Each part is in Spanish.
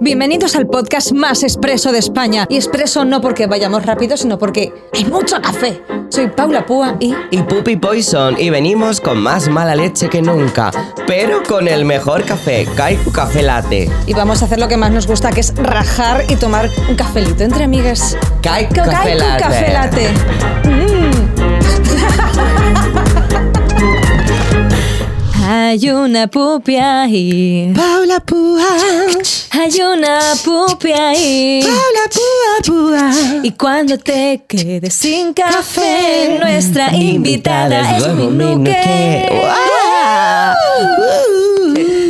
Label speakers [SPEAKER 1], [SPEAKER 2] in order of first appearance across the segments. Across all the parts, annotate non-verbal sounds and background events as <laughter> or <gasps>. [SPEAKER 1] Bienvenidos al podcast más expreso de España. Y expreso no porque vayamos rápido, sino porque hay mucho café. Soy Paula Púa y...
[SPEAKER 2] y Puppy Poison y venimos con más mala leche que nunca, pero con el mejor café, Kaiku Café Latte.
[SPEAKER 1] Y vamos a hacer lo que más nos gusta, que es rajar y tomar un cafelito entre amigas.
[SPEAKER 2] Kaiku
[SPEAKER 1] Ca-
[SPEAKER 2] Café
[SPEAKER 1] Kaiku
[SPEAKER 2] Latte.
[SPEAKER 1] Café Latte. Mm. <laughs> Hay una pupi ahí.
[SPEAKER 2] Paula Púa,
[SPEAKER 1] Hay una pupi ahí.
[SPEAKER 2] Púa Púa.
[SPEAKER 1] Y cuando te quedes sin café, nuestra invitada es Minuque.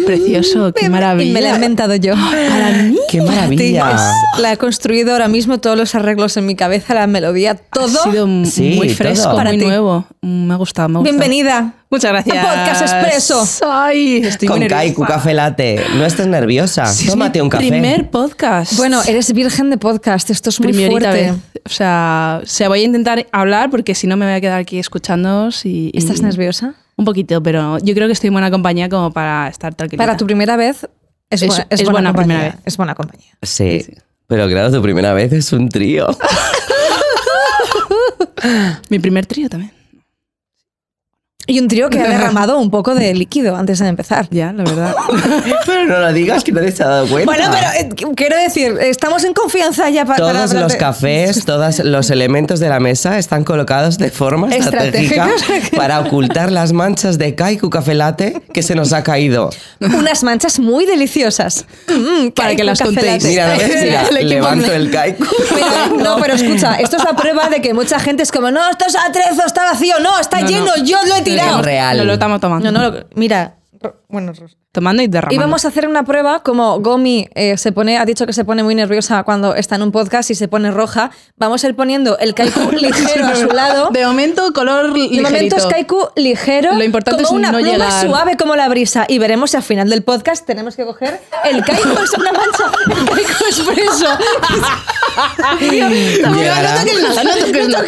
[SPEAKER 3] Precioso, qué maravilla.
[SPEAKER 1] Y me la he inventado yo.
[SPEAKER 3] Para mí.
[SPEAKER 2] ¡Qué
[SPEAKER 1] Es-
[SPEAKER 2] maravilla!
[SPEAKER 1] Pues, La he construido ahora mismo, todos los arreglos en mi cabeza, la melodía, todo.
[SPEAKER 3] Ha sido m-
[SPEAKER 2] Sí,
[SPEAKER 3] muy fresco,
[SPEAKER 2] todo.
[SPEAKER 1] Para
[SPEAKER 3] muy
[SPEAKER 1] ti.
[SPEAKER 3] nuevo. Mm, Me ha gustado, me ha gustado.
[SPEAKER 1] Bienvenida.
[SPEAKER 3] Muchas gracias.
[SPEAKER 1] A Podcast Expreso.
[SPEAKER 3] Ay, estoy muy
[SPEAKER 2] Con
[SPEAKER 3] nerviosa.
[SPEAKER 2] Kaiku Café Latte. No estés nerviosa.
[SPEAKER 3] Sí, es
[SPEAKER 2] Tómate
[SPEAKER 3] mi
[SPEAKER 2] un café.
[SPEAKER 3] Primer podcast.
[SPEAKER 1] Bueno, eres virgen de podcast, esto es muy
[SPEAKER 3] primerita
[SPEAKER 1] fuerte.
[SPEAKER 3] vez. O sea, o sea, voy a intentar hablar porque si no me voy a quedar aquí escuchándoos y, y-
[SPEAKER 1] ¿Estás nerviosa?
[SPEAKER 3] Un poquito, pero yo creo que estoy en buena compañía como para estar tranquila.
[SPEAKER 1] Para tu primera vez, es,
[SPEAKER 3] Es-
[SPEAKER 1] buena,
[SPEAKER 3] es buena
[SPEAKER 1] compañía,
[SPEAKER 3] primera vez.
[SPEAKER 1] Es buena compañía.
[SPEAKER 2] Sí. Pero claro, tu primera vez es un
[SPEAKER 1] <laughs>
[SPEAKER 2] trío.
[SPEAKER 3] Mi primer trío también.
[SPEAKER 1] Y un trío que <laughs> ha derramado un poco de líquido antes de empezar.
[SPEAKER 3] Ya, la verdad.
[SPEAKER 2] pero no lo digas que nadie se ha dado cuenta.
[SPEAKER 1] Bueno, pero eh, quiero decir, estamos en confianza ya pa- para
[SPEAKER 2] Todos
[SPEAKER 1] hablar
[SPEAKER 2] los
[SPEAKER 1] de-
[SPEAKER 2] cafés, todos los elementos de la mesa están colocados de forma estratégica
[SPEAKER 1] Estratégicos.
[SPEAKER 2] para ocultar las manchas de Kaiku Café Latte que se nos ha caído.
[SPEAKER 1] <laughs> Unas manchas muy deliciosas. Mm,
[SPEAKER 3] Para
[SPEAKER 1] hay
[SPEAKER 3] que
[SPEAKER 1] con
[SPEAKER 3] las
[SPEAKER 1] café
[SPEAKER 3] contéis.
[SPEAKER 1] latte.
[SPEAKER 2] Mira,
[SPEAKER 1] <laughs>
[SPEAKER 2] ¿no ves? Mira,
[SPEAKER 3] El equipo
[SPEAKER 2] levanto
[SPEAKER 3] me-
[SPEAKER 2] el Kaiku.
[SPEAKER 1] Pero, no,
[SPEAKER 2] <laughs>
[SPEAKER 1] pero escucha, esto es la prueba de que mucha gente es como, no, esto es atrezo, está vacío, no, <laughs> está
[SPEAKER 3] No,
[SPEAKER 1] lleno,
[SPEAKER 3] no.
[SPEAKER 1] yo lo he tirado.
[SPEAKER 2] Es real.
[SPEAKER 3] No lo estamos tomando.
[SPEAKER 1] No, no, lo- mira. Bueno,
[SPEAKER 3] Tomando y derramando.
[SPEAKER 1] y vamos a hacer una prueba, como Gomi eh, se pone, ha dicho que se pone muy nerviosa cuando está en un podcast y se pone roja, vamos a ir poniendo el kaiku <laughs>
[SPEAKER 3] <laughs>
[SPEAKER 1] ligero a su lado.
[SPEAKER 3] De momento, color
[SPEAKER 1] De
[SPEAKER 3] ligerito.
[SPEAKER 1] momento es kaiku ligero,
[SPEAKER 3] Lo importante
[SPEAKER 1] como
[SPEAKER 3] es
[SPEAKER 1] una
[SPEAKER 3] no
[SPEAKER 1] pluma
[SPEAKER 3] llegar.
[SPEAKER 1] suave como la brisa. Y veremos si al final del podcast tenemos que coger el kaiku, es una mancha,
[SPEAKER 3] <laughs>
[SPEAKER 1] el kaiku expreso. <laughs> <laughs>
[SPEAKER 2] Llegará.
[SPEAKER 1] No toques nada,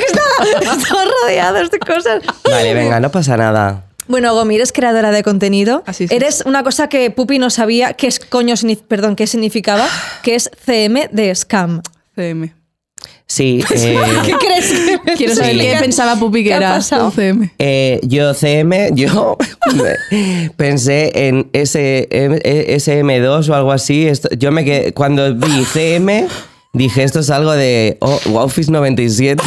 [SPEAKER 1] estamos rodeados de cosas.
[SPEAKER 2] Vale, venga, no pasa nada.
[SPEAKER 1] Bueno, Gomi, eres creadora de contenido.
[SPEAKER 3] Así es.
[SPEAKER 1] Eres una cosa que Pupi no sabía qué es coño, signi- perdón, qué significaba, que es CM de scam.
[SPEAKER 3] CM.
[SPEAKER 2] Sí, eh,
[SPEAKER 1] <laughs> ¿Qué crees?
[SPEAKER 3] Quiero saber
[SPEAKER 2] Sí.
[SPEAKER 3] qué pensaba Pupi que
[SPEAKER 1] ¿Qué ha
[SPEAKER 3] era
[SPEAKER 1] pasado?
[SPEAKER 3] un CM.
[SPEAKER 2] eh, yo CM, yo <laughs> pensé en S, M, eh, SM2 o algo así. Esto- yo me quedé, cuando vi CM, dije esto es algo de oh, Office 97.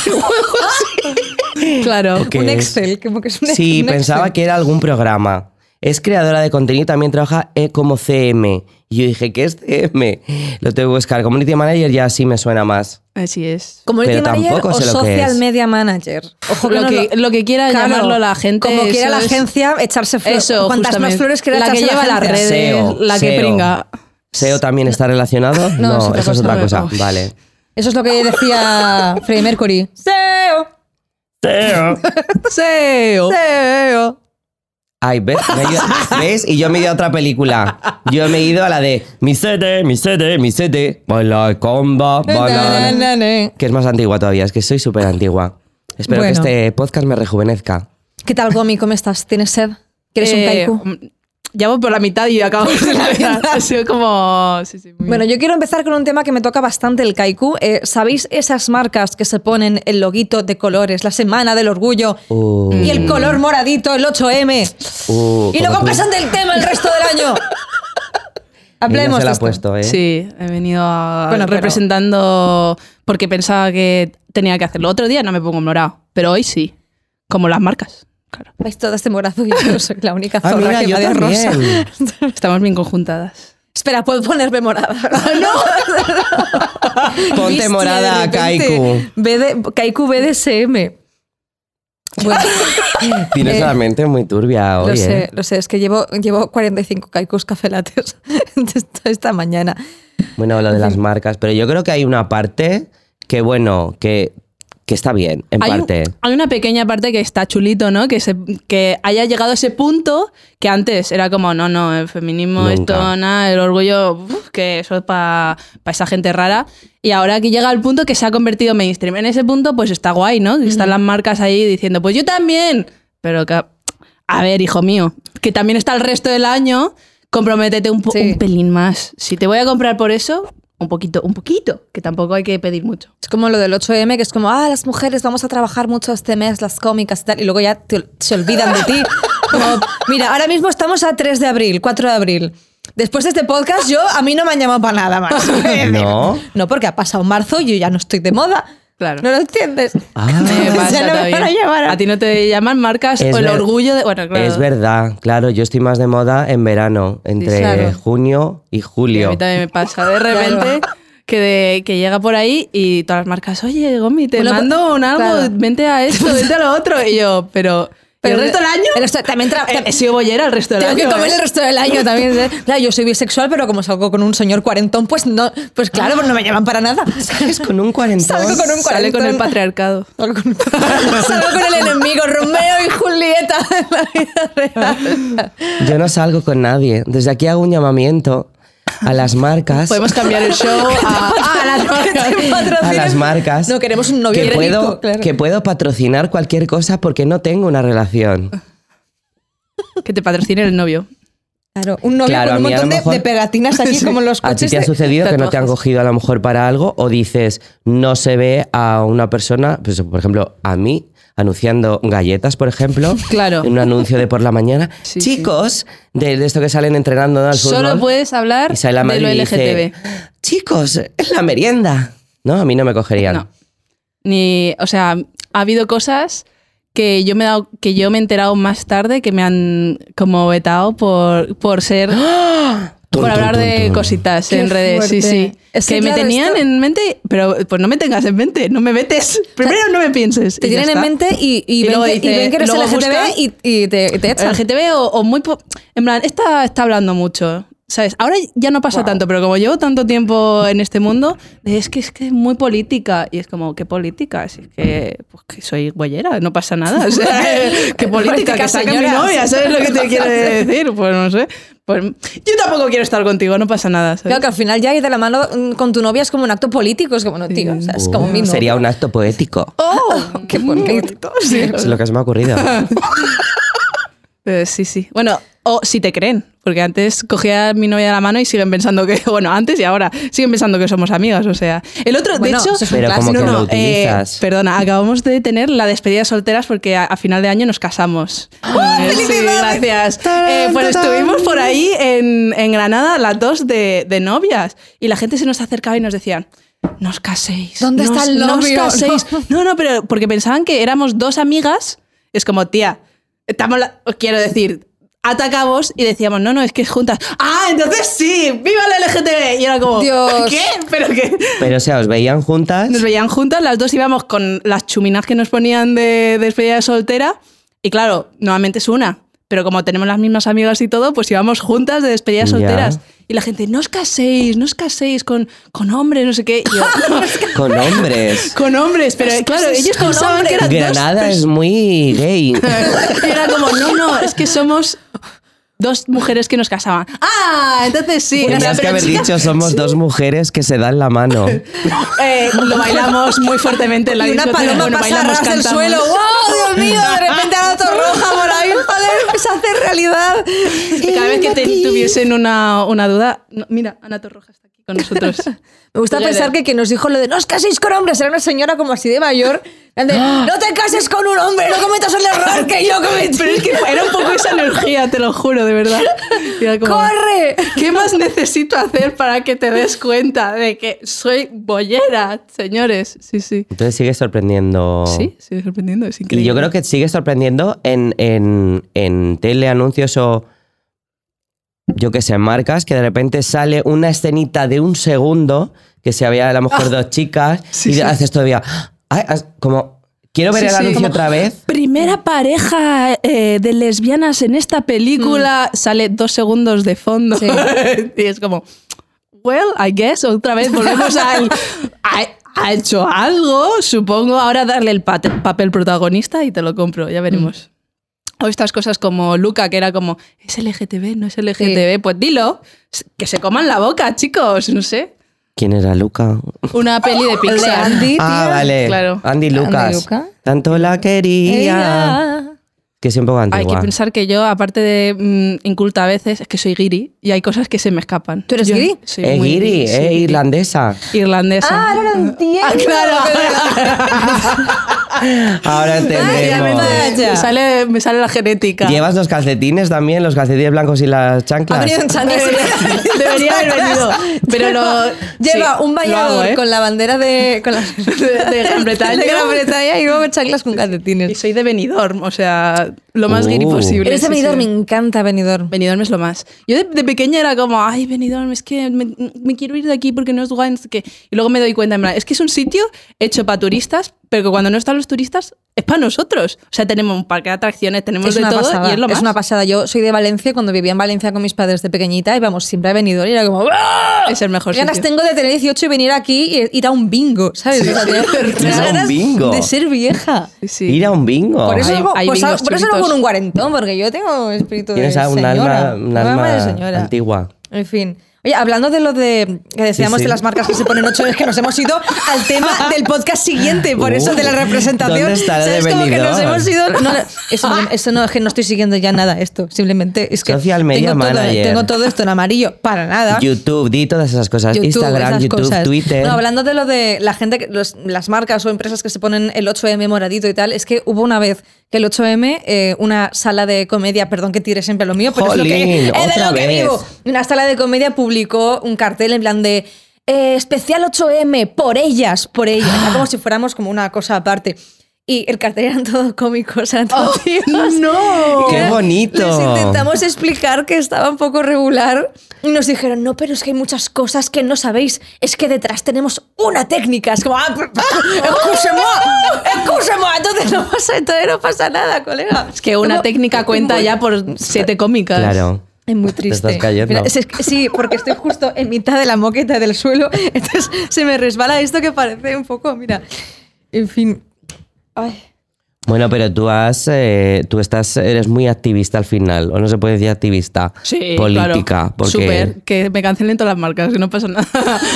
[SPEAKER 3] Claro.
[SPEAKER 2] ¿Qué
[SPEAKER 1] un
[SPEAKER 2] es?
[SPEAKER 1] Excel, como que es un
[SPEAKER 2] Sí,
[SPEAKER 1] un
[SPEAKER 2] pensaba
[SPEAKER 1] Excel.
[SPEAKER 2] que era algún programa. Es creadora de contenido y también trabaja eh, como CM. Y yo dije, ¿qué es CM? Lo tengo que buscar. Community Manager ya sí me suena más.
[SPEAKER 3] Así es.
[SPEAKER 1] Community
[SPEAKER 2] Pero
[SPEAKER 1] manager
[SPEAKER 2] tampoco sé
[SPEAKER 1] o
[SPEAKER 2] lo que
[SPEAKER 1] social
[SPEAKER 2] es.
[SPEAKER 1] media manager. Ojo
[SPEAKER 3] Lo
[SPEAKER 1] nos
[SPEAKER 3] que- lo que quiera llamarlo la gente,
[SPEAKER 1] Como quiera
[SPEAKER 3] eso
[SPEAKER 1] la
[SPEAKER 3] es-
[SPEAKER 1] agencia, echarse flores.
[SPEAKER 3] Eso,
[SPEAKER 1] Cuantas más
[SPEAKER 3] justamente.
[SPEAKER 1] Eh, flores quiera
[SPEAKER 3] La que
[SPEAKER 1] echarse
[SPEAKER 3] lleva las
[SPEAKER 1] agencia.
[SPEAKER 3] redes.
[SPEAKER 2] SEO,
[SPEAKER 3] la que
[SPEAKER 2] SEO.
[SPEAKER 3] pringa.
[SPEAKER 2] ¿SEO también está relacionado?
[SPEAKER 1] No,
[SPEAKER 2] No, eso es otra cosa.
[SPEAKER 3] Uy.
[SPEAKER 2] Vale.
[SPEAKER 1] Eso es lo que
[SPEAKER 3] <laughs>
[SPEAKER 1] decía Freddie Mercury. SEO,
[SPEAKER 3] SEO.
[SPEAKER 1] SEO.
[SPEAKER 2] Ay, ¿ves? Me he ido- ¿ves? Y yo me he ido a otra película. Yo me he ido a la de Mi sete, mi sete, mi sete. Baila, comba,
[SPEAKER 1] Na,
[SPEAKER 2] baila.
[SPEAKER 1] na, na.
[SPEAKER 2] Que es más antigua todavía, es que soy súper antigua. Espero
[SPEAKER 1] Bueno.
[SPEAKER 2] que este podcast me rejuvenezca.
[SPEAKER 1] ¿Qué tal, Gomi? ¿Cómo estás? ¿Tienes sed? ¿Quieres
[SPEAKER 3] Eh,
[SPEAKER 1] un kaiku?
[SPEAKER 3] mm, Ya voy por la mitad y acabo de
[SPEAKER 1] <laughs>
[SPEAKER 3] la mitad. Ha sido como. Sí, sí, muy
[SPEAKER 1] Bueno, yo quiero empezar con un tema que me toca bastante el kaiku. Eh, ¿Sabéis esas marcas que se ponen el loguito de colores, la semana del orgullo
[SPEAKER 2] Uh,
[SPEAKER 1] y el color moradito, el 8M?
[SPEAKER 2] uh,
[SPEAKER 1] Y
[SPEAKER 2] como
[SPEAKER 1] luego
[SPEAKER 2] tú.
[SPEAKER 1] pasan del tema el resto del
[SPEAKER 2] <laughs>
[SPEAKER 1] año. Hablemos
[SPEAKER 2] Ella se
[SPEAKER 1] de
[SPEAKER 2] la ha
[SPEAKER 1] esto.
[SPEAKER 2] puesto, ¿eh?
[SPEAKER 3] bien. Sí, he venido a-
[SPEAKER 1] Bueno, pero-
[SPEAKER 3] representando porque pensaba que tenía que hacerlo. Otro día no me pongo morado, pero hoy sí. Como las marcas.
[SPEAKER 1] <laughs>
[SPEAKER 3] Claro.
[SPEAKER 1] Vais todas de morado y este yo soy la única
[SPEAKER 2] Ah,
[SPEAKER 1] zorra
[SPEAKER 2] mira,
[SPEAKER 1] que
[SPEAKER 2] yo
[SPEAKER 1] va de rosa.
[SPEAKER 2] también. <laughs>
[SPEAKER 3] Estamos bien conjuntadas.
[SPEAKER 1] Espera, puedo ponerme morada. <laughs> ¡No!
[SPEAKER 2] Ah, Ponte morada, Kaiku.
[SPEAKER 1] BD, kaiku BDSM.
[SPEAKER 2] <laughs>
[SPEAKER 1] Bueno,
[SPEAKER 2] Tienes
[SPEAKER 1] Eh,
[SPEAKER 2] la mente muy turbia hoy,
[SPEAKER 1] lo sé,
[SPEAKER 2] ¿eh?
[SPEAKER 1] lo sé. Es que llevo, llevo 45 kaikus cafelates <laughs> esta, esta mañana.
[SPEAKER 2] Bueno, lo de las marcas. Pero yo creo que hay una parte que, bueno, que, que está bien, en
[SPEAKER 3] Hay, un-
[SPEAKER 2] parte.
[SPEAKER 3] hay una pequeña parte que está chulito, ¿no? Que, se, que haya llegado a ese punto que antes era como, no, no, el feminismo,
[SPEAKER 2] Nunca.
[SPEAKER 3] esto, nada, el orgullo, uf, que eso es para esa gente rara. Y ahora que llega al punto que se ha convertido en mainstream. En ese punto, pues está guay, ¿no? Que Están las marcas ahí diciendo, pues yo también. Pero que, a ver, hijo mío, que también está el resto del año comprométete un, po-
[SPEAKER 1] Sí.
[SPEAKER 3] un pelín más. Si te voy a comprar por eso, un poquito, un poquito, que tampoco hay que pedir mucho.
[SPEAKER 1] Es como lo del 8M, que es como, ah, las mujeres vamos a trabajar mucho este mes, las cómicas y tal, y luego ya te- se olvidan de ti. Como, mira, ahora mismo estamos a 3 de abril, 4 de abril. Después de este podcast, yo a mí no me han llamado para nada más.
[SPEAKER 3] <laughs>
[SPEAKER 2] No.
[SPEAKER 1] No, porque ha pasado marzo y yo ya no estoy de moda.
[SPEAKER 3] Claro.
[SPEAKER 1] ¿No lo entiendes?
[SPEAKER 2] Ah.
[SPEAKER 3] Me
[SPEAKER 1] Ya no
[SPEAKER 3] pasa
[SPEAKER 1] <laughs> me van a
[SPEAKER 3] todavía.
[SPEAKER 1] llamar a-
[SPEAKER 3] a ti no te llaman marcas
[SPEAKER 2] Es
[SPEAKER 3] o el
[SPEAKER 2] ver-
[SPEAKER 3] orgullo de. Bueno, claro.
[SPEAKER 2] Es verdad, claro, yo estoy más de moda en verano, entre
[SPEAKER 1] claro.
[SPEAKER 2] junio y
[SPEAKER 3] Y a
[SPEAKER 2] julio.
[SPEAKER 3] mí también me pasa.
[SPEAKER 1] <laughs>
[SPEAKER 3] De repente. Que, de- que llega por ahí y todas las marcas, oye, Gomi, te
[SPEAKER 1] Bueno,
[SPEAKER 3] mando un algo,
[SPEAKER 1] claro.
[SPEAKER 3] vente
[SPEAKER 1] <laughs>
[SPEAKER 3] a esto, vente a lo otro. Y yo, pero. ¿y el resto del año?
[SPEAKER 1] El resto- también <laughs> tra-
[SPEAKER 3] Eh, He sido bollera el resto del
[SPEAKER 1] Tengo
[SPEAKER 3] año.
[SPEAKER 1] que comer
[SPEAKER 3] ¿eh?
[SPEAKER 1] el resto del año también. ¿eh? Claro, yo soy bisexual, pero como salgo con un señor cuarentón, pues no, pues claro, pues no me llaman para nada.
[SPEAKER 2] ¿Sales con un cuarentón?
[SPEAKER 1] Salgo con un
[SPEAKER 3] Sale con el
[SPEAKER 1] cuarentón.
[SPEAKER 2] <laughs>
[SPEAKER 3] patriarcado.
[SPEAKER 1] Salgo con, salgo con el enemigo, Romeo y Julieta en la vida real.
[SPEAKER 2] Yo no salgo con nadie. Desde aquí hago un llamamiento a las marcas.
[SPEAKER 3] Podemos cambiar el show
[SPEAKER 1] <laughs>
[SPEAKER 3] a, a las marcas.
[SPEAKER 1] Que te
[SPEAKER 2] a
[SPEAKER 1] patrocinen.
[SPEAKER 2] las marcas
[SPEAKER 1] No, queremos un novio
[SPEAKER 2] que
[SPEAKER 1] rico,
[SPEAKER 2] puedo,
[SPEAKER 1] claro.
[SPEAKER 2] que puedo patrocinar cualquier cosa porque no tengo una relación.
[SPEAKER 3] <laughs> Que te patrocine el novio.
[SPEAKER 1] Claro, un novio
[SPEAKER 2] Claro,
[SPEAKER 1] con un
[SPEAKER 2] a mí a lo
[SPEAKER 1] montón de,
[SPEAKER 2] mejor-
[SPEAKER 1] de pegatinas
[SPEAKER 2] <laughs>
[SPEAKER 1] aquí como en los
[SPEAKER 2] A
[SPEAKER 1] coches.
[SPEAKER 2] ti te ha
[SPEAKER 1] de-
[SPEAKER 2] sucedido que no te han
[SPEAKER 3] tatuajes.
[SPEAKER 2] cogido a lo mejor para algo o dices no se ve a una persona, pues, por ejemplo, a mí anunciando galletas, por
[SPEAKER 1] <laughs>
[SPEAKER 2] ejemplo,
[SPEAKER 3] Claro.
[SPEAKER 2] en un anuncio de por la mañana,
[SPEAKER 3] Sí, sí.
[SPEAKER 2] chicos de, de esto que salen entrenando al
[SPEAKER 3] Solo
[SPEAKER 2] fútbol,
[SPEAKER 3] puedes hablar
[SPEAKER 2] y sale la
[SPEAKER 3] de
[SPEAKER 2] madre
[SPEAKER 3] lo
[SPEAKER 2] y dice,
[SPEAKER 3] LGTB.
[SPEAKER 2] chicos, es la merienda. No, a mí no me cogerían.
[SPEAKER 3] No. Ni, o sea, ha habido cosas que yo me he dado, que yo me he enterado más tarde que me han como vetado por, por ser
[SPEAKER 2] ¡Ah! Tum,
[SPEAKER 3] por
[SPEAKER 2] tum,
[SPEAKER 3] hablar
[SPEAKER 2] tum,
[SPEAKER 3] de
[SPEAKER 2] tum.
[SPEAKER 3] cositas
[SPEAKER 1] Qué
[SPEAKER 3] en redes, sí,
[SPEAKER 1] fuerte.
[SPEAKER 3] sí.
[SPEAKER 1] Es que
[SPEAKER 3] que me
[SPEAKER 1] claro,
[SPEAKER 3] tenían
[SPEAKER 1] esto-
[SPEAKER 3] en mente, pero pues no me tengas en mente, no
[SPEAKER 1] <laughs>
[SPEAKER 3] me metes. Primero no me pienses.
[SPEAKER 1] Te
[SPEAKER 3] y ya
[SPEAKER 1] tienen en
[SPEAKER 3] está.
[SPEAKER 1] mente y, y
[SPEAKER 3] Y
[SPEAKER 1] ven,
[SPEAKER 3] luego
[SPEAKER 1] que- y
[SPEAKER 3] dice-
[SPEAKER 1] ven que eres
[SPEAKER 3] luego
[SPEAKER 1] LGTB
[SPEAKER 3] busca-
[SPEAKER 1] y, y te, y te
[SPEAKER 3] El
[SPEAKER 1] echan.
[SPEAKER 3] LGTB o, o muy... po- En plan, esta está hablando mucho, ¿sabes? Ahora ya no pasa tanto, pero como llevo tanto tiempo en este mundo, de, es que es que es muy política. Y es como, ¿qué política? Si es que, pues, que soy güeyera, no pasa nada. O sea, ¿qué política?
[SPEAKER 1] Política,
[SPEAKER 3] que saca mi
[SPEAKER 1] señora.
[SPEAKER 3] novia, ¿sabes lo que te quiere decir? Pues no sé. Pues, yo tampoco quiero estar contigo, no pasa nada. ¿sabes?
[SPEAKER 1] Claro que al final ya ir de la mano mm, con tu novia es como un acto político. Es como, no, tío, o sea, es como mi novia.
[SPEAKER 2] Uh, Sería un acto poético.
[SPEAKER 1] ¡Oh! <laughs> ¡Qué bonito!
[SPEAKER 3] Sí.
[SPEAKER 2] Es lo que se me ha
[SPEAKER 1] <laughs>
[SPEAKER 2] ocurrido.
[SPEAKER 3] Eh, sí, sí. Bueno, o si te creen, porque antes cogía a mi novia de la mano y siguen pensando que, <laughs> bueno, antes y ahora, siguen pensando que somos amigas, o sea. El otro,
[SPEAKER 1] Bueno,
[SPEAKER 3] de hecho, eh,
[SPEAKER 1] eso es
[SPEAKER 2] un Pero como clásico. que lo utilizas.
[SPEAKER 3] perdona, acabamos de tener la despedida de solteras porque a, a final de año
[SPEAKER 1] <gasps>
[SPEAKER 3] nos casamos.
[SPEAKER 1] ¡Ah,
[SPEAKER 3] Eh, sí, gracias. Eh, pues
[SPEAKER 2] tan,
[SPEAKER 3] estuvimos por ahí en, en Granada las dos de, de novias y la gente se nos acercaba y nos decían... No os caséis.
[SPEAKER 1] ¿Dónde
[SPEAKER 3] no
[SPEAKER 1] está
[SPEAKER 3] os-
[SPEAKER 1] el
[SPEAKER 3] no os
[SPEAKER 1] novio? <laughs>
[SPEAKER 3] caséis". No, no, pero porque pensaban que éramos dos amigas. Es como, tía, estamos, la- os quiero decir, atacamos y decíamos, no, no, es que es juntas. Ah, entonces sí, viva la LGTB. Y era como,
[SPEAKER 1] Dios.
[SPEAKER 3] ¿qué? ¿Pero qué?
[SPEAKER 2] Pero o sea, os veían juntas.
[SPEAKER 3] Nos veían juntas, las dos íbamos con las chuminas que nos ponían de despedida de soltera. Y claro, nuevamente es una. Pero como tenemos las mismas amigas y todo, pues íbamos juntas de despedidas
[SPEAKER 2] Ya.
[SPEAKER 3] solteras. Y la gente, no os caséis, no os caséis con, con hombres, no sé qué. Y yo,
[SPEAKER 2] Con hombres.
[SPEAKER 3] con hombres, pero claro,
[SPEAKER 1] caséis
[SPEAKER 3] ellos
[SPEAKER 1] con
[SPEAKER 3] pensaban que eran dos
[SPEAKER 2] Granada
[SPEAKER 3] personas.
[SPEAKER 2] es muy
[SPEAKER 1] <laughs>
[SPEAKER 2] gay.
[SPEAKER 3] Y era como, no, no, es que somos dos mujeres que nos casaban. Ah, entonces sí. En plan,
[SPEAKER 2] Tenías que
[SPEAKER 3] pero
[SPEAKER 2] haber
[SPEAKER 3] chica,
[SPEAKER 2] dicho, somos dos mujeres que se dan la
[SPEAKER 3] <laughs>
[SPEAKER 2] mano.
[SPEAKER 3] eh, lo bailamos muy fuertemente en la
[SPEAKER 1] Y una
[SPEAKER 3] discoteca.
[SPEAKER 1] paloma
[SPEAKER 3] Bueno,
[SPEAKER 1] pasa a
[SPEAKER 3] bailamos,
[SPEAKER 1] ras del
[SPEAKER 3] cantamos.
[SPEAKER 1] suelo. ¡Wow! Dios mío, de repente ha dado roja por
[SPEAKER 3] <laughs>
[SPEAKER 1] ahí. Joder, se hace realidad.
[SPEAKER 3] Y Cada vez que te- tuviesen una, una duda, no, mira, Ana Torroja está aquí con
[SPEAKER 1] <laughs>
[SPEAKER 3] nosotros.
[SPEAKER 1] Me gusta
[SPEAKER 3] Yo
[SPEAKER 1] pensar
[SPEAKER 3] de-
[SPEAKER 1] que quien nos dijo lo de no os caséis con hombres era una señora como así de mayor. en de,
[SPEAKER 3] ¡Ah!
[SPEAKER 1] no te cases con un hombre, no cometas el error que yo cometí.
[SPEAKER 3] <laughs> Pero es que era un poco esa energía, te lo juro, de verdad. Y era como,
[SPEAKER 1] ¡Corre!
[SPEAKER 3] ¿Qué más necesito hacer para que te des cuenta de que soy bollera, señores? Sí, sí.
[SPEAKER 2] Entonces sigue sorprendiendo.
[SPEAKER 3] Sí, sigue sorprendiendo, es
[SPEAKER 2] Oh. Y
[SPEAKER 3] increíble.
[SPEAKER 2] yo creo que sigue sorprendiendo en, en, en teleanuncios o yo que sé, en marcas que de repente sale una escenita de un segundo que se había a lo mejor dos chicas
[SPEAKER 3] Ah. <laughs> Sí,
[SPEAKER 2] y
[SPEAKER 3] sí.
[SPEAKER 2] haces todavía "Ay, as- como quiero ver
[SPEAKER 3] Sí,
[SPEAKER 2] el
[SPEAKER 3] sí.
[SPEAKER 2] anuncio
[SPEAKER 3] Como-
[SPEAKER 2] otra vez.
[SPEAKER 3] Primera pareja eh, de lesbianas en esta película sale dos segundos de fondo.
[SPEAKER 1] Sí.
[SPEAKER 3] <laughs> y es como, well, I guess, otra vez volvemos al. Ha, ha hecho algo, supongo. Ahora darle el pat- papel protagonista y te lo compro, ya veremos. O estas cosas como Luca, que era como, es LGTB, no es LGTB. Pues dilo, que se coman la boca, chicos, no sé.
[SPEAKER 2] ¿Quién era Luca?
[SPEAKER 3] Una peli <laughs> de
[SPEAKER 1] El de
[SPEAKER 3] Pixar.
[SPEAKER 1] Andy,
[SPEAKER 2] Ah,
[SPEAKER 1] tía.
[SPEAKER 2] vale.
[SPEAKER 3] claro.
[SPEAKER 2] Andy Lucas.
[SPEAKER 1] Luca.
[SPEAKER 2] Tanto la quería.
[SPEAKER 1] Ella.
[SPEAKER 2] que es un poco
[SPEAKER 3] Hay que
[SPEAKER 2] antigua.
[SPEAKER 3] pensar que yo, aparte de mm, inculta a veces, es que soy guiri y hay cosas que se me escapan.
[SPEAKER 1] ¿Tú eres
[SPEAKER 3] Yo
[SPEAKER 1] guiri?
[SPEAKER 3] soy
[SPEAKER 2] Es
[SPEAKER 3] muy
[SPEAKER 2] guiri,
[SPEAKER 3] soy
[SPEAKER 2] es irlandesa.
[SPEAKER 3] Irlandesa.
[SPEAKER 1] Ah, ahora lo entiendo.
[SPEAKER 3] Ah,
[SPEAKER 1] <laughs>
[SPEAKER 3] claro.
[SPEAKER 2] Ahora entendemos.
[SPEAKER 1] vaya.
[SPEAKER 3] Ah, me, sale, me sale la genética.
[SPEAKER 2] ¿Llevas los calcetines también? ¿Los calcetines blancos y las
[SPEAKER 1] Ha
[SPEAKER 2] chanclas?
[SPEAKER 1] venido en chanclas.
[SPEAKER 3] <laughs> Debería haber venido. Pero
[SPEAKER 1] lleva,
[SPEAKER 3] lo.
[SPEAKER 1] lleva
[SPEAKER 3] <laughs> sí,
[SPEAKER 1] un
[SPEAKER 3] lo hago,
[SPEAKER 1] bañador
[SPEAKER 3] ¿eh?
[SPEAKER 1] con la bandera de, con la-
[SPEAKER 3] <laughs> de Gran Bretaña.
[SPEAKER 1] de Gran Bretaña y luego en chanclas con
[SPEAKER 3] Y
[SPEAKER 1] calcetines.
[SPEAKER 3] soy de Benidorm, o sea, lo más
[SPEAKER 2] Uh.
[SPEAKER 3] guiri posible.
[SPEAKER 1] Eres de
[SPEAKER 3] sí,
[SPEAKER 1] Benidorm,
[SPEAKER 3] sí.
[SPEAKER 1] me encanta Benidorm.
[SPEAKER 3] Benidorm es lo más. Yo de, de pequeña era como, ay, Benidorm, es que me, me quiero ir de aquí porque no es guay, no sé qué. Y luego me doy cuenta, en plan, es que es un sitio hecho para turistas, pero que cuando no están los turistas es para nosotros. O sea, tenemos un parque de atracciones, tenemos
[SPEAKER 1] Es
[SPEAKER 3] de
[SPEAKER 1] una
[SPEAKER 3] todo
[SPEAKER 1] pasada.
[SPEAKER 3] y es lo más.
[SPEAKER 1] una pasada. Yo soy de Valencia, cuando vivía en Valencia con mis padres de pequeñita, íbamos siempre a Benidorm y era como... ¡ah!
[SPEAKER 3] Es el mejor
[SPEAKER 1] Ganas
[SPEAKER 3] sitio.
[SPEAKER 1] tengo de tener 18 y venir aquí y ir a un bingo, ¿sabes? O sea,
[SPEAKER 3] <laughs>
[SPEAKER 1] tenía
[SPEAKER 2] Ir a un
[SPEAKER 1] ganas
[SPEAKER 2] bingo.
[SPEAKER 1] De ser vieja.
[SPEAKER 3] Sí, sí.
[SPEAKER 2] Ir a un bingo.
[SPEAKER 1] Por eso,
[SPEAKER 3] Hay-
[SPEAKER 1] hago-
[SPEAKER 3] hay
[SPEAKER 1] pues,
[SPEAKER 3] bingos
[SPEAKER 1] por eso
[SPEAKER 3] chulitos.
[SPEAKER 1] hago con un cuarentón, porque yo tengo espíritu de
[SPEAKER 2] Tienes
[SPEAKER 1] señora.
[SPEAKER 2] un alma, un alma
[SPEAKER 1] de señora.
[SPEAKER 2] antigua.
[SPEAKER 1] En fin. Oye, hablando de lo de que decíamos
[SPEAKER 2] Sí, sí.
[SPEAKER 1] de las marcas que se ponen ocho, es que nos hemos ido al
[SPEAKER 2] <laughs>
[SPEAKER 1] tema del podcast siguiente, por eso
[SPEAKER 2] Uh,
[SPEAKER 1] de la representación.
[SPEAKER 2] ¿dónde está lo de
[SPEAKER 1] ¿Sabes? Como que nos
[SPEAKER 2] Benidorm?
[SPEAKER 1] hemos ido. No, no, eso, no- eso no es que no estoy siguiendo ya nada esto. Simplemente es que
[SPEAKER 2] Social media
[SPEAKER 1] tengo, todo,
[SPEAKER 2] manager.
[SPEAKER 1] tengo todo esto en amarillo. Para nada.
[SPEAKER 2] YouTube, di todas esas cosas.
[SPEAKER 1] YouTube,
[SPEAKER 2] Instagram,
[SPEAKER 1] esas
[SPEAKER 2] YouTube,
[SPEAKER 1] cosas.
[SPEAKER 2] Twitter.
[SPEAKER 1] No, <laughs> hablando de lo de la gente, que- los- las marcas o empresas que se ponen el 8M moradito y tal, es que hubo una vez que el 8M, eh, una sala de comedia, perdón que tire siempre lo mío, pero es lo que,
[SPEAKER 2] Jolín,
[SPEAKER 1] es de
[SPEAKER 2] otra
[SPEAKER 1] lo que
[SPEAKER 2] vez.
[SPEAKER 1] vivo. Una sala de comedia publicó un cartel en plan de eh, especial 8M, por ellas, por ellas, Era como si fuéramos como una cosa aparte. Y el cartel eran todos cómicos, eran <laughs>
[SPEAKER 2] Oh,
[SPEAKER 1] todos tíos.
[SPEAKER 3] ¡No!
[SPEAKER 1] Y
[SPEAKER 2] ¡Qué
[SPEAKER 1] era-
[SPEAKER 2] bonito!
[SPEAKER 1] Les intentamos explicar que estaba un poco regular y nos dijeron, no, pero es que hay muchas cosas que no sabéis. Es que detrás tenemos una técnica. Es como, ¡ah! ¡Excusez-moi! ¡Excusez-moi! Entonces no pasa, entonces no pasa nada, colega.
[SPEAKER 3] Es que una
[SPEAKER 1] Como-
[SPEAKER 3] técnica cuenta
[SPEAKER 1] muy-
[SPEAKER 3] ya por siete cómicas.
[SPEAKER 2] Claro.
[SPEAKER 1] Es muy
[SPEAKER 2] Te
[SPEAKER 1] triste.
[SPEAKER 2] estás cayendo.
[SPEAKER 1] Mira, es- es que- sí, porque estoy justo en mitad de la moqueta del suelo, entonces se me resbala esto que parece un poco, mira, en fin. Ay.
[SPEAKER 2] Bueno, pero tú has, eh, tú estás, eres muy activista al final, o no se puede decir activista
[SPEAKER 3] Sí,
[SPEAKER 2] política,
[SPEAKER 3] claro.
[SPEAKER 2] porque.
[SPEAKER 3] Súper. Que me cancelen todas las marcas, que no pasa nada.